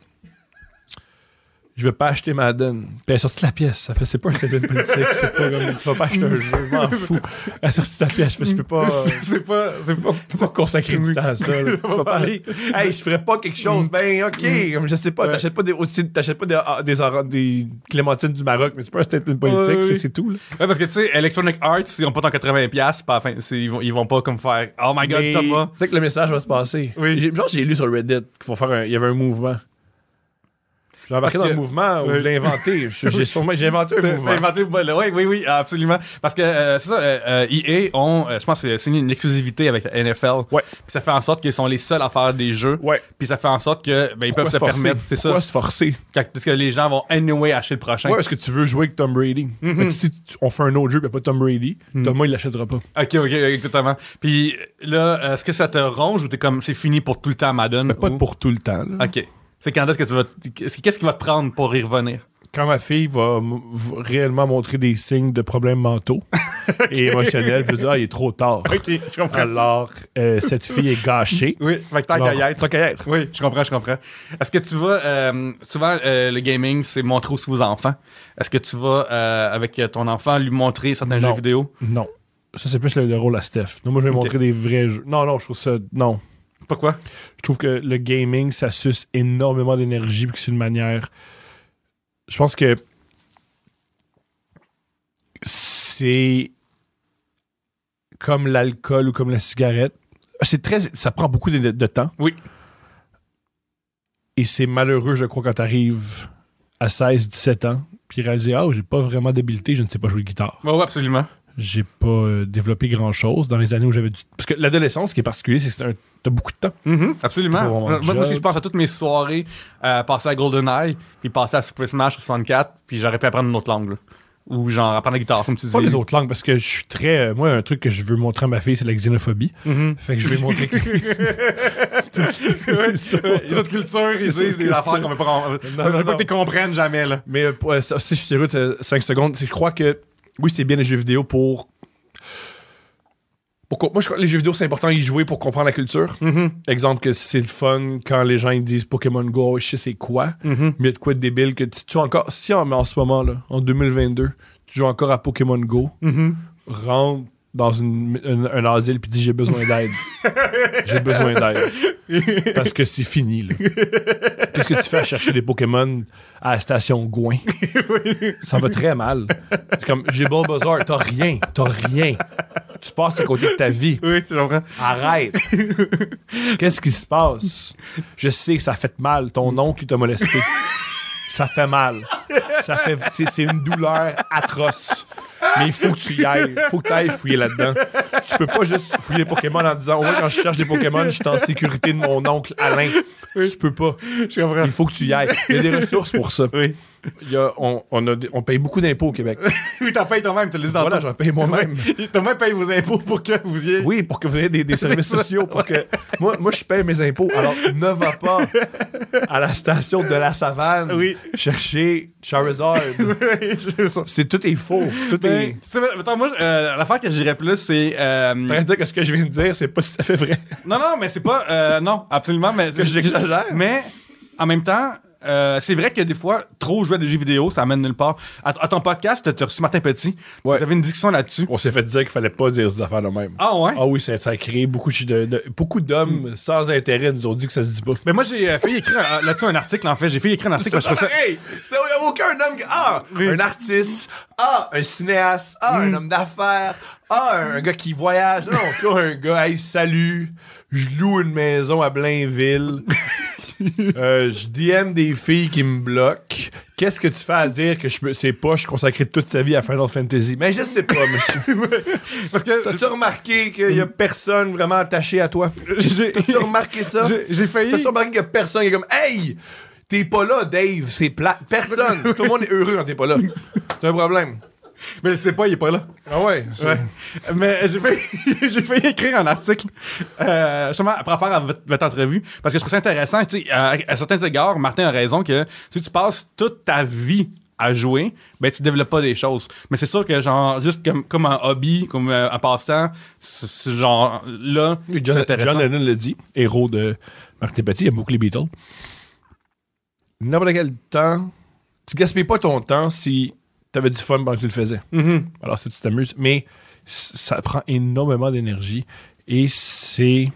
S2: Je vais pas acheter Madden. Puis elle a sorti la pièce. Ça fait, c'est pas un statement politique. C'est pas comme, tu vas pas acheter un jeu. Je m'en fous. Elle a sorti la pièce. Je fais, je peux pas. euh,
S1: C'est c'est pas. C'est pas.
S2: Tu vas consacrer du temps à ça. là. Tu vas pas aller. Hey, je ferais pas quelque chose. Ben, ok. Comme je sais pas. T'achètes pas des, aussi, t'achètes pas des, ah, des, ara- des clémentines du Maroc, mais c'est pas un statement politique.
S1: Ouais,
S2: c'est-
S1: oui.
S2: C'est tout. Là.
S1: Ouais, parce que tu sais, Electronic Arts, ils ont pas tant 80$, piastres, puis à la fin, c'est- ils vont, ils vont pas comme faire Oh my god,
S2: Mais
S1: Thomas.
S2: Peut-être que le message va se passer.
S1: Oui.
S2: J'ai- Genre, j'ai lu sur Reddit qu'il faut faire un- il y avait un mouvement. J'ai embarqué dans
S1: Parce
S2: le
S1: que-
S2: mouvement ou
S1: Oui.
S2: je l'ai inventé. Je- J'ai sûrement j'ai inventé un
S1: T'as-
S2: mouvement.
S1: t'as inventé le bol- Oui, oui, oui, absolument. Parce que euh, c'est ça, euh, euh, EA ont, euh, je pense, euh, signé une exclusivité avec la NFL.
S2: Ouais.
S1: Puis ça fait en sorte qu'ils sont les seuls à faire des jeux.
S2: Ouais.
S1: Puis ça fait en sorte que ben, ils peuvent se
S2: forcer?
S1: permettre. C'est ça.
S2: Pourquoi se forcer?
S1: Quand- Parce que les gens vont anyway acheter le prochain.
S2: Pourquoi est-ce que tu veux jouer avec Tom Brady?
S1: Mhm.
S2: Fait que si tu- on fait un autre jeu, puis il n'y a pas Tom Brady, Thomas, il l'achètera pas.
S1: Ok, ok, exactement. Puis là, euh, est-ce que ça te ronge ou t'es comme c'est fini pour tout le temps, Madden?
S2: Pas
S1: Ou-
S2: pour tout le temps. là.
S1: Ok. C'est quand est-ce que tu vas. t- qu'est-ce- Qu'est-ce qui va te prendre pour y revenir?
S2: Quand ma fille va m- v- réellement montrer des signes de problèmes mentaux et émotionnels, je vais dire, ah, il est trop tard.
S1: Ok, je comprends.
S2: Alors, euh, cette fille est gâchée.
S1: Oui, fait que tant qu'à y
S2: Alors,
S1: être.
S2: tant qu'à y être.
S1: Oui, je comprends, je comprends. Est-ce que tu vas. euh, souvent, euh, le gaming, c'est montrer aussi aux enfants. Est-ce que tu vas, euh, avec euh, ton enfant, lui montrer certains
S2: Non.
S1: jeux vidéo
S2: Non. Ça, c'est plus le, le rôle à Steph. Non, moi, je vais
S1: Ok.
S2: montrer des vrais jeux. Non, non, je trouve ça. Non.
S1: Pourquoi
S2: Je trouve que le gaming, ça suce énormément d'énergie, puis que c'est une manière. Je pense que. C'est. Comme l'alcool ou comme la cigarette. C'est très. Ça prend beaucoup de, de temps.
S1: Oui.
S2: Et c'est malheureux, je crois, quand t'arrives à 16, 17 ans, puis réaliser, ah, j'ai pas vraiment d'habileté, je ne sais pas jouer de guitare
S1: Oui, absolument.
S2: j'ai pas euh, développé grand chose dans les années où j'avais du parce que l'adolescence ce qui est particulier c'est que c'est un- t'as beaucoup de temps
S1: Mhm, absolument.
S2: Pour mon
S1: Moi,
S2: job.
S1: moi, si je pense à toutes mes soirées euh, passées à GoldenEye, puis passées à Super Smash 64, puis j'aurais pu apprendre une autre langue. là. Ou genre apprendre la guitare, comme tu dis.
S2: pas les autres langues parce que je suis très euh, moi un truc que je veux montrer à ma fille c'est la xénophobie
S1: Mhm.
S2: fait que je vais montrer que
S1: Ouais, les autres cultures, ils disent des
S2: cultures.
S1: affaires qu'on veut pas, qu'on-
S2: non,
S1: je veux pas
S2: non.
S1: que tu comprennes jamais. Là.
S2: mais euh, pour- euh, ça, si je suis sérieux 5 secondes c'est que je crois que oui c'est bien les jeux vidéo pour pour co- moi, je crois que les jeux vidéo, c'est important d'y jouer pour comprendre la culture.
S1: Mm-hmm.
S2: Exemple, que c'est le fun quand les gens ils disent Pokémon Go, je sais c'est quoi. Mais il y a de quoi de débile que tu, tu encore. Si en, en ce moment, là, en 2022, tu joues encore à Pokémon Go, rentre dans une, un- un asile puis dis j'ai besoin d'aide. j'ai besoin d'aide. Parce que c'est fini. là. Qu'est-ce que tu fais à chercher des Pokémon à la station Gouin? Ça va très mal. C'est comme j'ai Bulbasaur, t'as rien, t'as rien. Tu passes à côté de ta vie.
S1: Oui, je comprends.
S2: Arrête! Qu'est-ce qui se passe? Je sais que ça fait mal. Ton oncle, il t'a molesté. Ça fait mal. Ça fait, c'est, c'est une douleur atroce. Mais il faut que tu y ailles. Il faut que tu ailles fouiller là-dedans. Tu peux pas juste fouiller les Pokémon en disant Ouais, quand je cherche des Pokémon, je suis en sécurité de mon oncle Alain. Tu peux pas.
S1: Je comprends.
S2: Il faut que tu y ailles. Il y a des ressources pour ça.
S1: Oui.
S2: Il y a- on, on a des- on paye beaucoup d'impôts au Québec.
S1: Oui, t'en payes toi-même, tu le dis dans
S2: Voilà,
S1: ton-
S2: j'en paye moi-même.
S1: T'as même payé vos impôts pour que vous y ayez.
S2: Oui, pour que vous ayez des, des services
S1: C'est ça.
S2: sociaux. Pour que... moi, moi, je paye mes impôts. Alors, ne va pas à la station de la savane
S1: Oui.
S2: chercher Charizard.
S1: je sais.
S2: C'est tout est faux. Tout est.
S1: Ben, tu sais, mettons, moi, euh, l'affaire que j'irais plus, c'est. euh,
S2: T'arrêtes de dire que ce que je viens de dire, c'est pas tout à fait vrai.
S1: non, non, mais c'est pas. euh, non, absolument, mais.
S2: Que j'exagère.
S1: Mais, en même temps, euh, c'est vrai que des fois, trop jouer à des jeux vidéo, ça amène nulle part. À, à ton podcast, tu as reçu Martin Petit.
S2: Ouais.
S1: Vous avez une discussion là-dessus.
S2: On s'est fait dire qu'il fallait pas dire ces affaires de même.
S1: Ah ouais?
S2: Ah oui, ça, ça a créé beaucoup de, de- beaucoup d'hommes
S1: Hmm.
S2: sans intérêt nous ont dit que ça se dit pas.
S1: Ben moi, j'ai euh, fait écrire euh, là-dessus un article, en fait. J'ai fait écrire un article parce que je trouvais ça...
S2: Hey, c'est- y a aucun homme. qui- Ah, un artiste. Ah, un cinéaste. Ah,
S1: Mm.
S2: un homme d'affaires. Ah, un gars qui voyage. Non, toujours un gars. Hey, salut. Je loue une maison à Blainville. Euh, je DM des filles qui me bloquent. Qu'est-ce que tu fais à dire que je peux- c'est poche consacré toute sa vie à Final Fantasy? Mais je sais pas, monsieur.
S1: Parce que Mm.
S2: T'as-tu remarqué qu'il y a personne vraiment attaché à toi?
S1: j'ai-
S2: T'as-tu remarqué ça?
S1: j'ai- j'ai failli.
S2: T'as-tu remarqué qu'il y a personne qui est comme Hey! T'es pas là, Dave, c'est plat. Personne! Tout le monde est heureux quand t'es pas là. C'est un problème.
S1: Mais je sais pas, il est pas là.
S2: Ah ouais? c'est-
S1: Ouais. Mais j'ai failli, j'ai failli écrire un article euh, justement par rapport à votre, votre entrevue parce que je trouve ça intéressant. Tu sais, à, à certains égards, Martin a raison que si tu passes toute ta vie à jouer, ben tu développes pas des choses. Mais c'est sûr que genre juste comme, comme un hobby, comme euh, un passe-temps, c'est- c'est genre là,
S2: Oui,
S1: c'est
S2: John,
S1: intéressant.
S2: John Lennon le dit, héros de Martin Petit, il a beaucoup les Beatles. N'importe quel temps, tu gaspilles pas ton temps si t'avais du fun pendant que tu le faisais.
S1: Mhm.
S2: Alors si tu t'amuses, mais c- ça prend énormément d'énergie et c'est.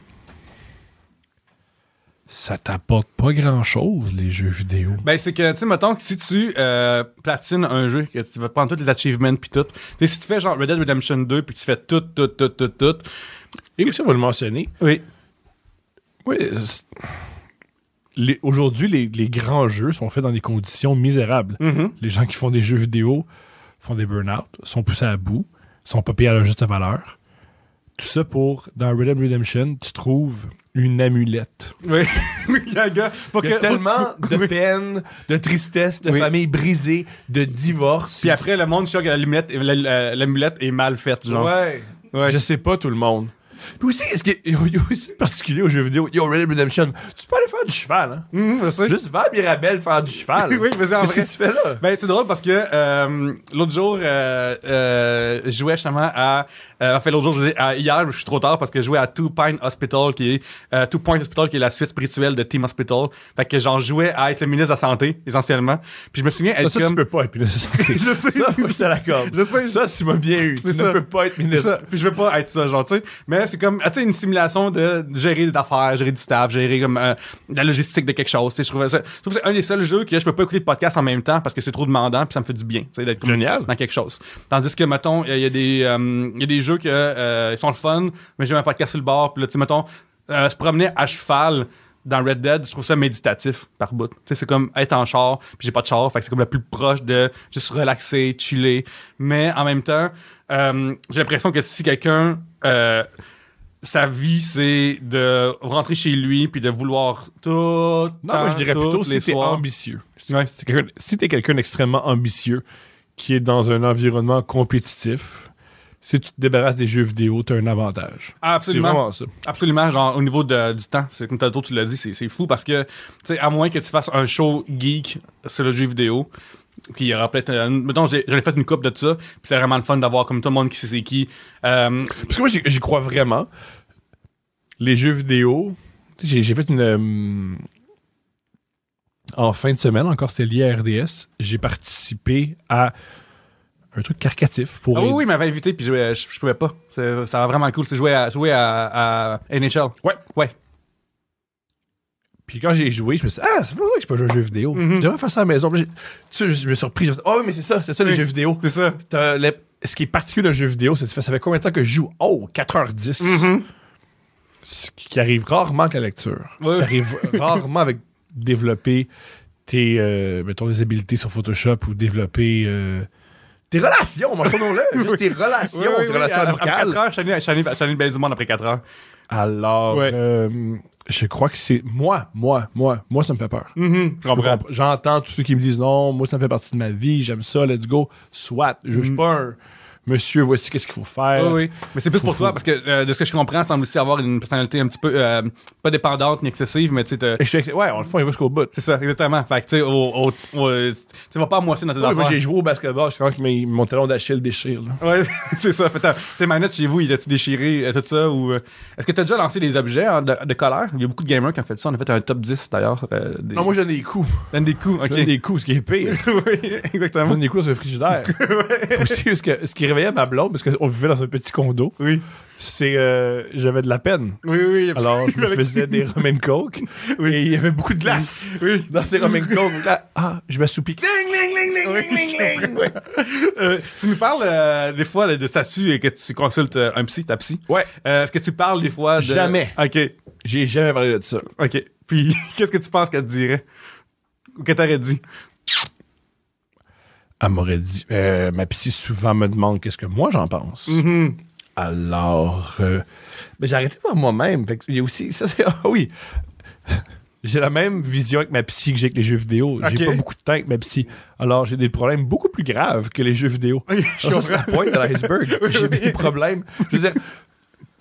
S2: Ça t'apporte pas grand chose, les jeux vidéo.
S1: Ben, c'est que, tu sais, mettons que si tu euh, platines un jeu, que tu vas prendre tous les achievements puis tout, tu sais, si tu fais genre Red Dead Redemption 2 puis tu fais tout, tout, tout, tout, tout.
S2: Et ça, on va le mentionner.
S1: Oui.
S2: Oui. c'est- les- Aujourd'hui, les, les grands jeux sont faits dans des conditions misérables.
S1: mm-hmm.
S2: Les gens qui font des jeux vidéo font des burn-out, sont poussés à bout, sont pas payés à leur juste valeur. Tout ça pour, dans Red Dead Redemption, tu trouves une amulette.
S1: Oui. oui, le gars. Pour
S2: Il y a
S1: que-
S2: tellement de
S1: Oui.
S2: peine, de tristesse, de
S1: Oui.
S2: famille brisée, de divorce.
S1: Puis après, le monde, je suis sûr que l'amulette la- la- l'amulette est mal faite, genre.
S2: Ouais.
S1: Ouais.
S2: Je sais pas tout le monde. Puis aussi, est-ce que. Il y a aussi particulier aux jeux vidéo. Yo, Red Dead Redemption, tu peux aller faire du cheval, hein?
S1: Mhm, je sais.
S2: Juste va à Mirabelle faire du cheval.
S1: Oui, mais c'est en
S2: Qu'est-ce
S1: vrai.
S2: que tu fais là?
S1: Ben, c'est drôle parce que euh, l'autre jour, euh, euh, je jouais justement à. euh, enfin, l'autre jour, je disais, à- hier, je suis trop tard parce que je jouais à Two Pine Hospital, qui est. euh, Two Point Hospital, qui est la suite spirituelle de Team Hospital. Fait que j'en jouais à être le ministre de la Santé, essentiellement. Puis je me souviens être
S2: Ça, tu
S1: comme.
S2: peux pas être ministre de la Santé.
S1: je sais.
S2: Ça, moi, je te l'accorde.
S1: Je sais.
S2: Ça, tu m'as bien eu. Tu
S1: C'est ça.
S2: ne peux pas être
S1: C'est
S2: ministre.
S1: ça. Puis je veux pas être ça, genre, tu sais. Mais c'est comme, tu sais, une simulation de gérer des affaires, gérer du staff, gérer comme euh, la logistique de quelque chose. Tu sais, je trouvais ça. Je trouve que c'est un des seuls jeux que je peux pas écouter de podcast en même temps parce que c'est trop demandant puis ça me fait du bien, tu sais, d'être comme
S2: Génial.
S1: dans quelque chose. Tandis que, mettons, il y, a- il y a des, euh, il y a des jeux que euh, ils sont le fun, mais j'ai un podcast sur le bord, puis là, tu sais, mettons, euh, se promener à cheval. Dans Red Dead, je trouve ça méditatif par bout. Tu sais, c'est comme être en char, puis j'ai pas de char, fait que c'est comme le plus proche de juste relaxer, chiller. Mais en même temps, euh, j'ai l'impression que si quelqu'un euh, sa vie c'est de rentrer chez lui puis de vouloir tout non
S2: Non, moi, je dirais plutôt si t'es ambitieux.
S1: Ouais.
S2: Si t'es quelqu'un- Si t'es quelqu'un d'extrêmement ambitieux qui est dans un environnement compétitif, si tu te débarrasses des jeux vidéo, t'as un avantage. C'est
S1: absolument
S2: vraiment ça.
S1: Absolument, genre au niveau de- du temps, c'est comme tantôt tu l'as dit, c'est c'est fou parce que, tu sais, à moins que tu fasses un show geek sur le jeu vidéo, puis il y aura peut-être. euh, mettons, j'ai- j'en ai fait une coupe de ça, puis c'est vraiment le fun d'avoir comme tout le monde qui sait c'est qui. Euh,
S2: Parce que moi, j'y j'y crois vraiment. Les jeux vidéo, tu sais, j'ai j'ai fait une. euh, en fin de semaine, encore c'était lié à RDS, j'ai participé à un truc carcatif pour.
S1: Ah oui,
S2: aider-
S1: oui, il m'avait invité, puis je, euh, je, je pouvais pas. C'est- Ça va vraiment cool. C'est jouer à, jouer à, à NHL.
S2: Ouais.
S1: Ouais.
S2: Puis quand j'ai joué, je me suis dit, ah, ça fait longtemps que je peux jouer aux jeux vidéo.
S1: Mhm.
S2: J'aimerais faire ça à la maison. Puis j'ai- tu sais, je me suis surpris. je me suis dit, Ah oui, mais c'est ça, c'est ça les
S1: Oui.
S2: jeux vidéo.
S1: C'est ça.
S2: T'as la- Ce qui est particulier d'un jeu vidéo, c'est que tu fais, ça fait combien de temps que je joue Oh, 4h10.
S1: Mhm.
S2: Ce qui arrive rarement avec la lecture. Ce
S1: Ouais.
S2: qui arrive rarement avec développer tes, euh, mettons, des habiletés sur Photoshop ou développer euh, tes relations, mentionnons-le. Juste tes relations,
S1: Oui, oui,
S2: tes
S1: oui,
S2: relations
S1: à- à-
S2: amicales.
S1: après 4 heures, je suis allé- je suis allé je suis allé belle du monde après 4 heures.
S2: Alors,
S1: Ouais.
S2: euh, je crois que c'est moi, moi, moi, moi, ça me fait peur.
S1: Mhm, je
S2: Je
S1: comprends.
S2: comprends. J'entends tous ceux qui me disent non, moi ça me fait partie de ma vie, j'aime ça, let's go. Soit, je suis pas un monsieur, voici qu'est-ce qu'il faut faire.
S1: Mm. Oui, oui. Mais c'est plus
S2: Fou,
S1: pour
S2: Euh, fou.
S1: toi, parce que euh, de ce que je comprends, tu sembles aussi avoir une personnalité un petit peu euh, pas dépendante ni excessive, mais tu sais, t'as-
S2: Et je suis ex- ouais, on le fait, il va jusqu'au bout.
S1: c'est ça, exactement. Fait que tu sais, au- au- au- euh, tu vas pas moisser dans tes
S2: Ouais, moi
S1: affaires.
S2: j'ai joué au basketball, je crois que mes- mon talon d'Achille déchire. là.
S1: Ouais, c'est ça. Fait, que t'as- tes manettes chez vous, il a-tu déchiré, euh, tout ça, ou... euh, Est-ce que t'as déjà lancé des objets hein, de, de colère? Il y a beaucoup de gamers qui ont fait ça. On a fait un top 10, d'ailleurs. euh, des...
S2: Non, moi j'ai des coups.
S1: Donne des coups, OK.
S2: J'ai des coups, ce qui est pire.
S1: oui,
S2: Je
S1: exactement.
S2: donne des coups sur le frigidaire. Aussi, ce, que- ce qui réveillait ma blonde, parce qu'on vivait dans un petit condo,
S1: Oui,
S2: c'est euh, j'avais de la peine.
S1: oui, oui.
S2: Alors, je me
S1: Avec-
S2: faisais des rum and coke. Et il y avait beaucoup de glace
S1: Oui.
S2: dans ces rum and coke. Là, ah, je m'assoupis.
S1: Euh, tu nous parles euh, des fois là, de statut et que tu consultes euh, un psy, ta psy.
S2: Ouais.
S1: Euh, Est-ce que tu parles des fois de...
S2: Jamais.
S1: OK,
S2: J'ai jamais parlé de ça.
S1: OK. Puis qu'est-ce que tu penses qu'elle te dirait? Ou qu'elle t'aurait dit?
S2: Elle m'aurait dit, euh, ma psy souvent me demande qu'est-ce que moi j'en pense. Alors, euh, Mm-hmm. mais j'ai arrêté par moi-même. Fait que Il y a aussi, ça c'est, ah oui, j'ai la même vision avec ma psy que j'ai avec les jeux vidéo.
S1: Ok.
S2: J'ai pas beaucoup de temps avec ma psy. Alors, j'ai des problèmes beaucoup plus graves que les jeux vidéo.
S1: Je
S2: Alors, ça,
S1: comprends.
S2: c'est la pointe de l'iceberg.
S1: Oui,
S2: J'ai
S1: oui.
S2: des problèmes. Je veux dire,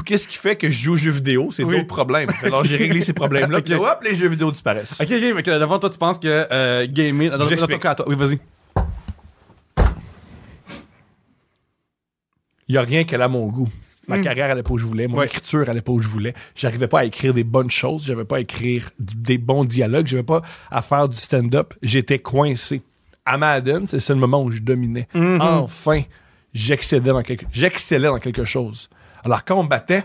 S2: qu'est-ce qui fait que je joue aux jeux vidéo? C'est
S1: Oui.
S2: d'autres problèmes. Alors, j'ai réglé ces problèmes-là. puis
S1: Ok.
S2: Hop, les jeux vidéo disparaissent.
S1: Ok, ok, mais que d'abord, toi, tu penses que euh, gamer. Attends,
S2: J'explique.
S1: attends, attends, attends, oui, vas-y.
S2: Il n'y a rien qu'elle a mon goût. Ma
S1: Mm.
S2: carrière n'allait pas où je voulais, mon
S1: Ouais.
S2: écriture n'allait pas où je voulais. J'arrivais pas à écrire des bonnes choses, j'avais pas à écrire d- des bons dialogues, j'avais pas à faire du stand-up. J'étais coincé. À Madden, c'est le seul moment où je dominais.
S1: Mm-hmm.
S2: Enfin, j'excellais dans, quelque... j'excellais dans quelque chose. Alors, quand on me battait,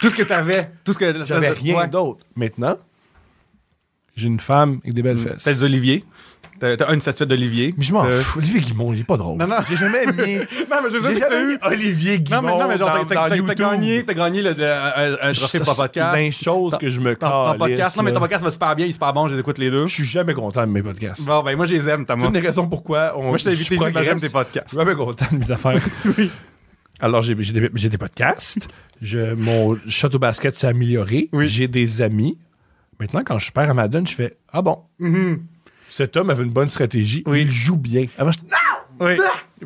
S1: Tout ce que t'avais, tout ce que.
S2: j'avais rien
S1: Ouais.
S2: d'autre. Maintenant, j'ai une femme avec des belles fesses.
S1: T'as des Olivier. T'as t'as une statuette d'Olivier.
S2: Mais je m'en
S1: Mm. Euh,
S2: fous. Olivier Guimond, il est pas drôle.
S1: Non, non.
S2: J'ai jamais aimé.
S1: Non, mais je veux
S2: J'ai
S1: dire que t'as
S2: jamais
S1: eu.
S2: eu Olivier Guimond.
S1: Non, mais, non, mais genre, t'as-
S2: dans- dans
S1: t'as t'as
S2: YouTube.
S1: gagné, t'as gagné le, de- un- un trophée pour ton podcast.
S2: chose que je me
S1: Ton, ton
S2: calisse,
S1: podcast. Non, mais
S2: là.
S1: ton podcast va super bien, il est super bon, je les écoute les deux.
S2: Je suis jamais content de mes podcasts.
S1: Bon, ben, moi, je les aime, t'as
S2: C'est
S1: moi.
S2: une des raisons pourquoi on.
S1: Moi, je t'ai invité ici, mais
S2: progresse.
S1: j'aime tes
S2: Je
S1: podcasts.
S2: suis jamais content de mes affaires. Alors, j'ai j'ai des, j'ai des podcasts. Je- mon château basket s'est amélioré. J'ai des amis. Maintenant, quand je perds à Madden, je fais Ah bon, cet homme avait une bonne stratégie.
S1: Mm-hmm. Oui. Ah!
S2: Il joue bien. Avant, je
S1: Oui.
S2: Non!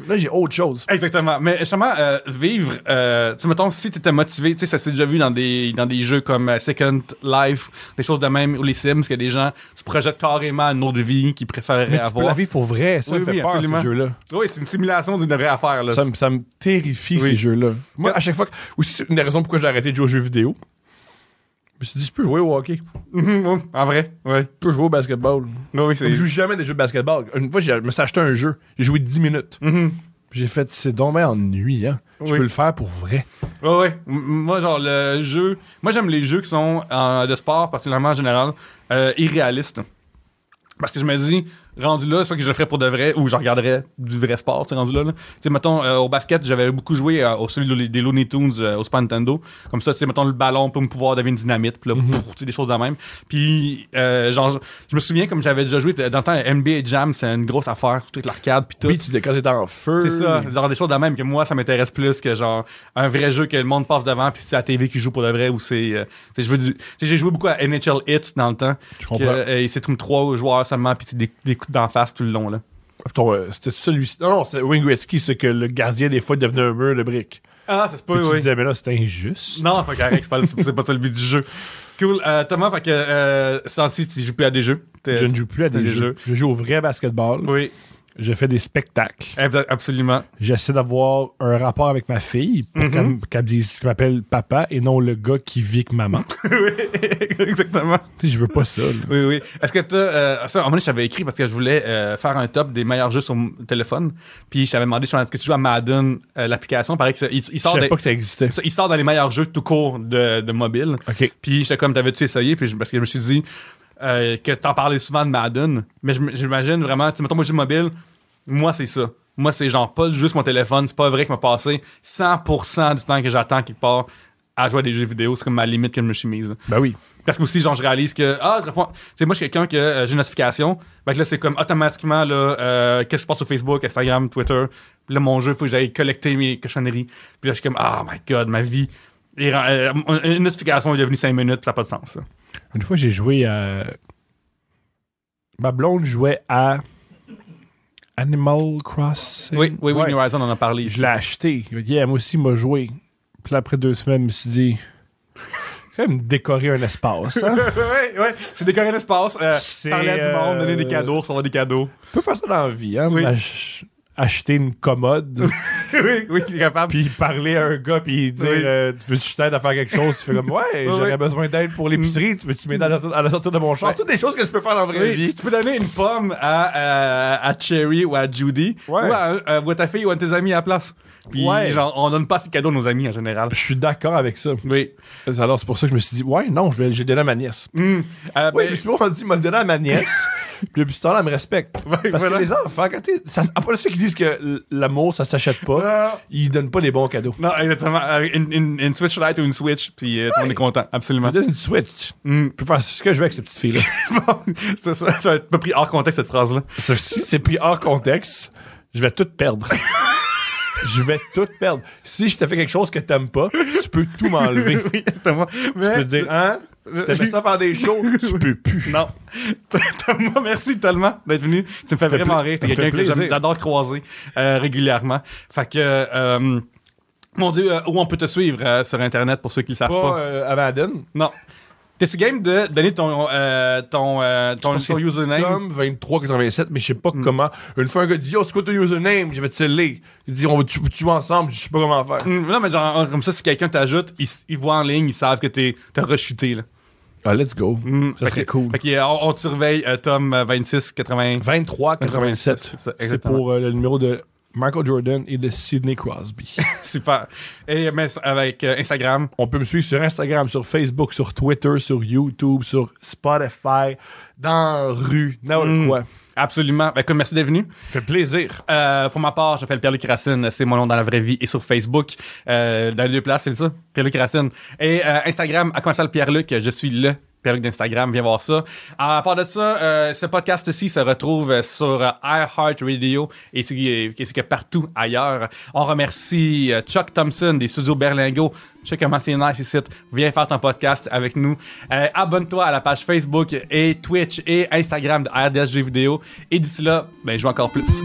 S2: Là, j'ai autre chose.
S1: Exactement. Mais justement, euh, vivre, euh, tu sais, mettons, si t'étais motivé, tu sais, ça s'est déjà vu dans des, dans des jeux comme euh, Second Life, des choses de même, ou les Sims, que des gens se projettent carrément à une autre vie qu'ils préféreraient
S2: Mais tu peux la
S1: avoir.
S2: vivre pour vrai. Ça
S1: Oui,
S2: me fait
S1: oui,
S2: peur,
S1: absolument.
S2: ce jeu-là.
S1: Oui, c'est une simulation d'une vraie affaire, là.
S2: Ça, me- ça me terrifie,
S1: Oui.
S2: ces jeux-là. Moi, à chaque fois, que- aussi, c'est une des raisons pourquoi j'ai arrêté de jouer aux jeux vidéo. Je me suis dit, je peux jouer au hockey, je
S1: Mhm, oui, en vrai, oui.
S2: peux jouer au basketball.
S1: Oui, oui,
S2: Je
S1: c'est.
S2: joue jamais des jeux de basketball. Une fois, j'ai- je me suis acheté un jeu, j'ai joué 10 minutes.
S1: Mhm.
S2: Puis J'ai fait, c'est dommage ennuyant. Je
S1: Oui.
S2: peux le faire pour vrai.
S1: Ouais, ouais. M- Moi, genre, le jeu. Moi, j'aime les jeux qui sont euh, de sport, particulièrement en général, euh, irréalistes. Parce que je me dis, rendu là, soit que je le ferais pour de vrai ou je regarderais du vrai sport, tu sais, rendu là. là. Tu sais, mettons, euh, au basket, j'avais beaucoup joué euh, au celui des- des Looney Tunes euh, au Super Nintendo. Comme ça, tu sais, mettons, le ballon peut me pouvoir devenir une dynamite, puis là, pouf, tu sais, des choses de même. Puis, euh, genre, je me souviens, comme j'avais déjà joué, dans le temps, NBA Jam, c'est une grosse affaire, surtout avec l'arcade, puis tout.
S2: Oui, tu dis, quand t'es en feu.
S1: C'est ça, genre des choses de même que moi, ça m'intéresse plus que genre un vrai jeu que le monde passe devant puis c'est la TV qui joue pour de vrai ou c'est. euh, tu sais, je veux du- tu sais, j'ai joué beaucoup à NHL Hits dans le temps.
S2: Je
S1: Que,
S2: comprends.
S1: euh, et c'est tout trois joueurs seulement puis c'est des, des coups d'en face tout le long là.
S2: Ton, euh, C'était celui-ci. Non, non, c'est Wayne Gretzky, c'est que le gardien, des fois, devenait un mur de briques.
S1: Ah, ça se peut,
S2: Puis tu
S1: oui.
S2: disais, mais là, c'est injuste.
S1: Non, c'est pas correct, c'est pas, le- c'est pas ça le but du jeu. Cool, euh, Thomas, fait que euh, sans-ci, tu joues plus à des jeux. T'es-
S2: Je ne joue plus à des,
S1: des
S2: jeux.
S1: jeux.
S2: Je joue au vrai basketball.
S1: Oui,
S2: Je fais des spectacles.
S1: ab- absolument.
S2: j'essaie d'avoir un rapport avec ma fille pour
S1: Mhm.
S2: qu'elle m- qu'elle me dise qu'elle m'appelle papa et non le gars qui vit avec maman. tu
S1: oui, exactement.
S2: sais, je veux pas ça. là.
S1: Oui, oui. Est-ce que t'as. Euh, ça, à un moment donné, j'avais écrit parce que je voulais euh, faire un top des meilleurs jeux sur mon téléphone. Puis je t'avais demandé sur- est-ce que tu joues à Madden, euh, l'application. Pareil que ça, il, il
S2: Je
S1: sort
S2: savais
S1: des-
S2: pas que ça existait.
S1: ça, il sort dans les meilleurs jeux tout court de, de mobile.
S2: OK.
S1: Puis j'étais comme, t'avais-tu essayé? Puis je- parce que je me suis dit euh, que t'en parlais souvent de Madden. Mais je m- j'imagine vraiment, tu sais, mettons, moi, jeu mobile, moi, c'est ça. Moi, c'est genre pas juste mon téléphone. C'est pas vrai que m'a passé 100% du temps que j'attends qu'il part à jouer à des jeux vidéo. C'est comme ma limite que je me suis mise.
S2: Ben oui.
S1: Parce que aussi, genre, je réalise que, ah, je réponds. Tu sais, moi, je suis quelqu'un que euh, j'ai une notification. Ben, que là, c'est comme automatiquement, là, euh, qu'est-ce qui se passe sur Facebook, Instagram, Twitter. Puis là, mon jeu, faut que j'aille collecter mes cochonneries. Puis là, je suis comme, ah, my god, ma vie. Et, euh, une notification est devenue 5 minutes, puis ça n'a pas de sens, ça.
S2: Une fois, j'ai joué à... Ma blonde jouait à Animal Crossing.
S1: Oui, oui, oui,
S2: Ouais.
S1: New Horizon, on en a parlé.
S2: Je l'ai acheté. Il m'a dit, Yeah, moi aussi, il m'a joué. Puis là, après deux semaines, je me suis dit... C'est quand même décorer un espace. Hein?
S1: oui, oui. C'est décorer l'espace, euh,
S2: C'est,
S1: parler à du monde, donner des
S2: euh,
S1: cadeaux, recevoir des cadeaux.
S2: On peut faire ça dans la vie. Hein?
S1: Oui.
S2: Ach- acheter une commode.
S1: oui, oui, il est capable.
S2: puis parler à un gars puis dire
S1: Oui.
S2: euh, tu veux-tu que je t'aide à faire quelque chose tu fais comme ouais j'aurais
S1: oui.
S2: besoin d'aide pour l'épicerie tu veux-tu m'aider à, la- à la sortir de mon char
S1: Ouais.
S2: toutes des choses que tu peux faire dans la vraie
S1: Oui,
S2: vie
S1: tu peux donner une pomme à, euh, à, à Cherry ou à Judy
S2: Ouais.
S1: ou, à, euh, ou à ta fille ou à tes amis à la place. Puis
S2: Ouais.
S1: genre, on donne pas assez de cadeaux à nos amis en général.
S2: je suis d'accord avec ça
S1: Oui.
S2: alors c'est pour ça que je me suis dit ouais non je vais j'ai donné à ma nièce
S1: Hum. Euh,
S2: oui
S1: ben,
S2: je me suis toujours dit m'a donné à ma nièce Puis depuis ce temps-là, elle me respecte. Parce
S1: voilà.
S2: que les enfants, quand t'es. ça- À part ceux qui disent que l- l'amour, ça s'achète pas,
S1: Ah.
S2: ils donnent pas les bons cadeaux.
S1: Non, exactement. Euh, Une, une- une Switch Lite ou une Switch, puis euh, on est content, absolument.
S2: Je donne une Switch.
S1: Mm.
S2: Je peux faire ce que je veux avec cette petite fille-là.
S1: ça, ça, ça a pas pris hors contexte, cette phrase-là.
S2: si c'est pris hors contexte, je vais tout perdre. je vais tout perdre. Si je te fais quelque chose que t'aimes pas, tu peux tout m'enlever.
S1: oui, exactement.
S2: tu
S1: Mais-
S2: peux dire, hein? T'aimais ça faire des shows? tu peux plus.
S1: Non. Thomas, merci tellement d'être venu. Tu me fais
S2: fait
S1: vraiment
S2: pla-
S1: rire. T'es
S2: ça me
S1: quelqu'un
S2: fait
S1: que j'aime-
S2: plaisir.
S1: j'adore croiser euh, régulièrement. Fait que, euh, mon Dieu, euh, où on peut te suivre euh, sur Internet pour ceux qui le savent
S2: Pas
S1: pas?
S2: euh, Amadon.
S1: Non. T'es sur game de donner ton, euh, ton, euh, ton,
S2: pense
S1: ton
S2: que
S1: username?
S2: Tom 2387, mais je sais pas comment. Une fois, un gars dit Yo, c'est quoi ton username Je vais te le Il dit On va tu tuer ensemble, je sais pas comment faire.
S1: Hum, Non, mais genre, comme ça, si quelqu'un t'ajoute, ils, ils voient en ligne, ils savent que t'es- t'as rechuté, là.
S2: Ah, let's go.
S1: Hum,
S2: Ça
S1: fait
S2: serait
S1: que-
S2: cool.
S1: Fait que, euh, on, on te surveille, euh, Tom 2680.
S2: 2387.
S1: C'est ça,
S2: C'est
S1: exactement.
S2: pour euh, le numéro de Michael Jordan et de Sidney Crosby.
S1: Super. Et mais, avec euh, Instagram.
S2: On peut me suivre sur Instagram, sur Facebook, sur Twitter, sur YouTube, sur Spotify, dans la rue, n'importe
S1: Mm.
S2: quoi.
S1: Absolument. Ben, écoute, merci d'être venu.
S2: Fait plaisir.
S1: Euh, pour ma part, j'appelle Pierre-Luc Racine, c'est mon nom dans la vraie vie, et sur Facebook, euh, dans les deux places, c'est ça, Pierre-Luc Racine. Et euh, Instagram, à commercial Pierre-Luc, je suis le Pierre-Luc d'Instagram, viens voir ça. À part de ça, euh, ce podcast-ci se retrouve euh, sur euh, iHeartRadio et c'est et c'est que partout ailleurs. On remercie euh, Chuck Thompson des studios Berlingo. Check comment c'est nice ici. Viens faire ton podcast avec nous. Euh, Abonne-toi à la page Facebook et Twitch et Instagram de RDSG Vidéo. Et d'ici là, ben, joue encore plus.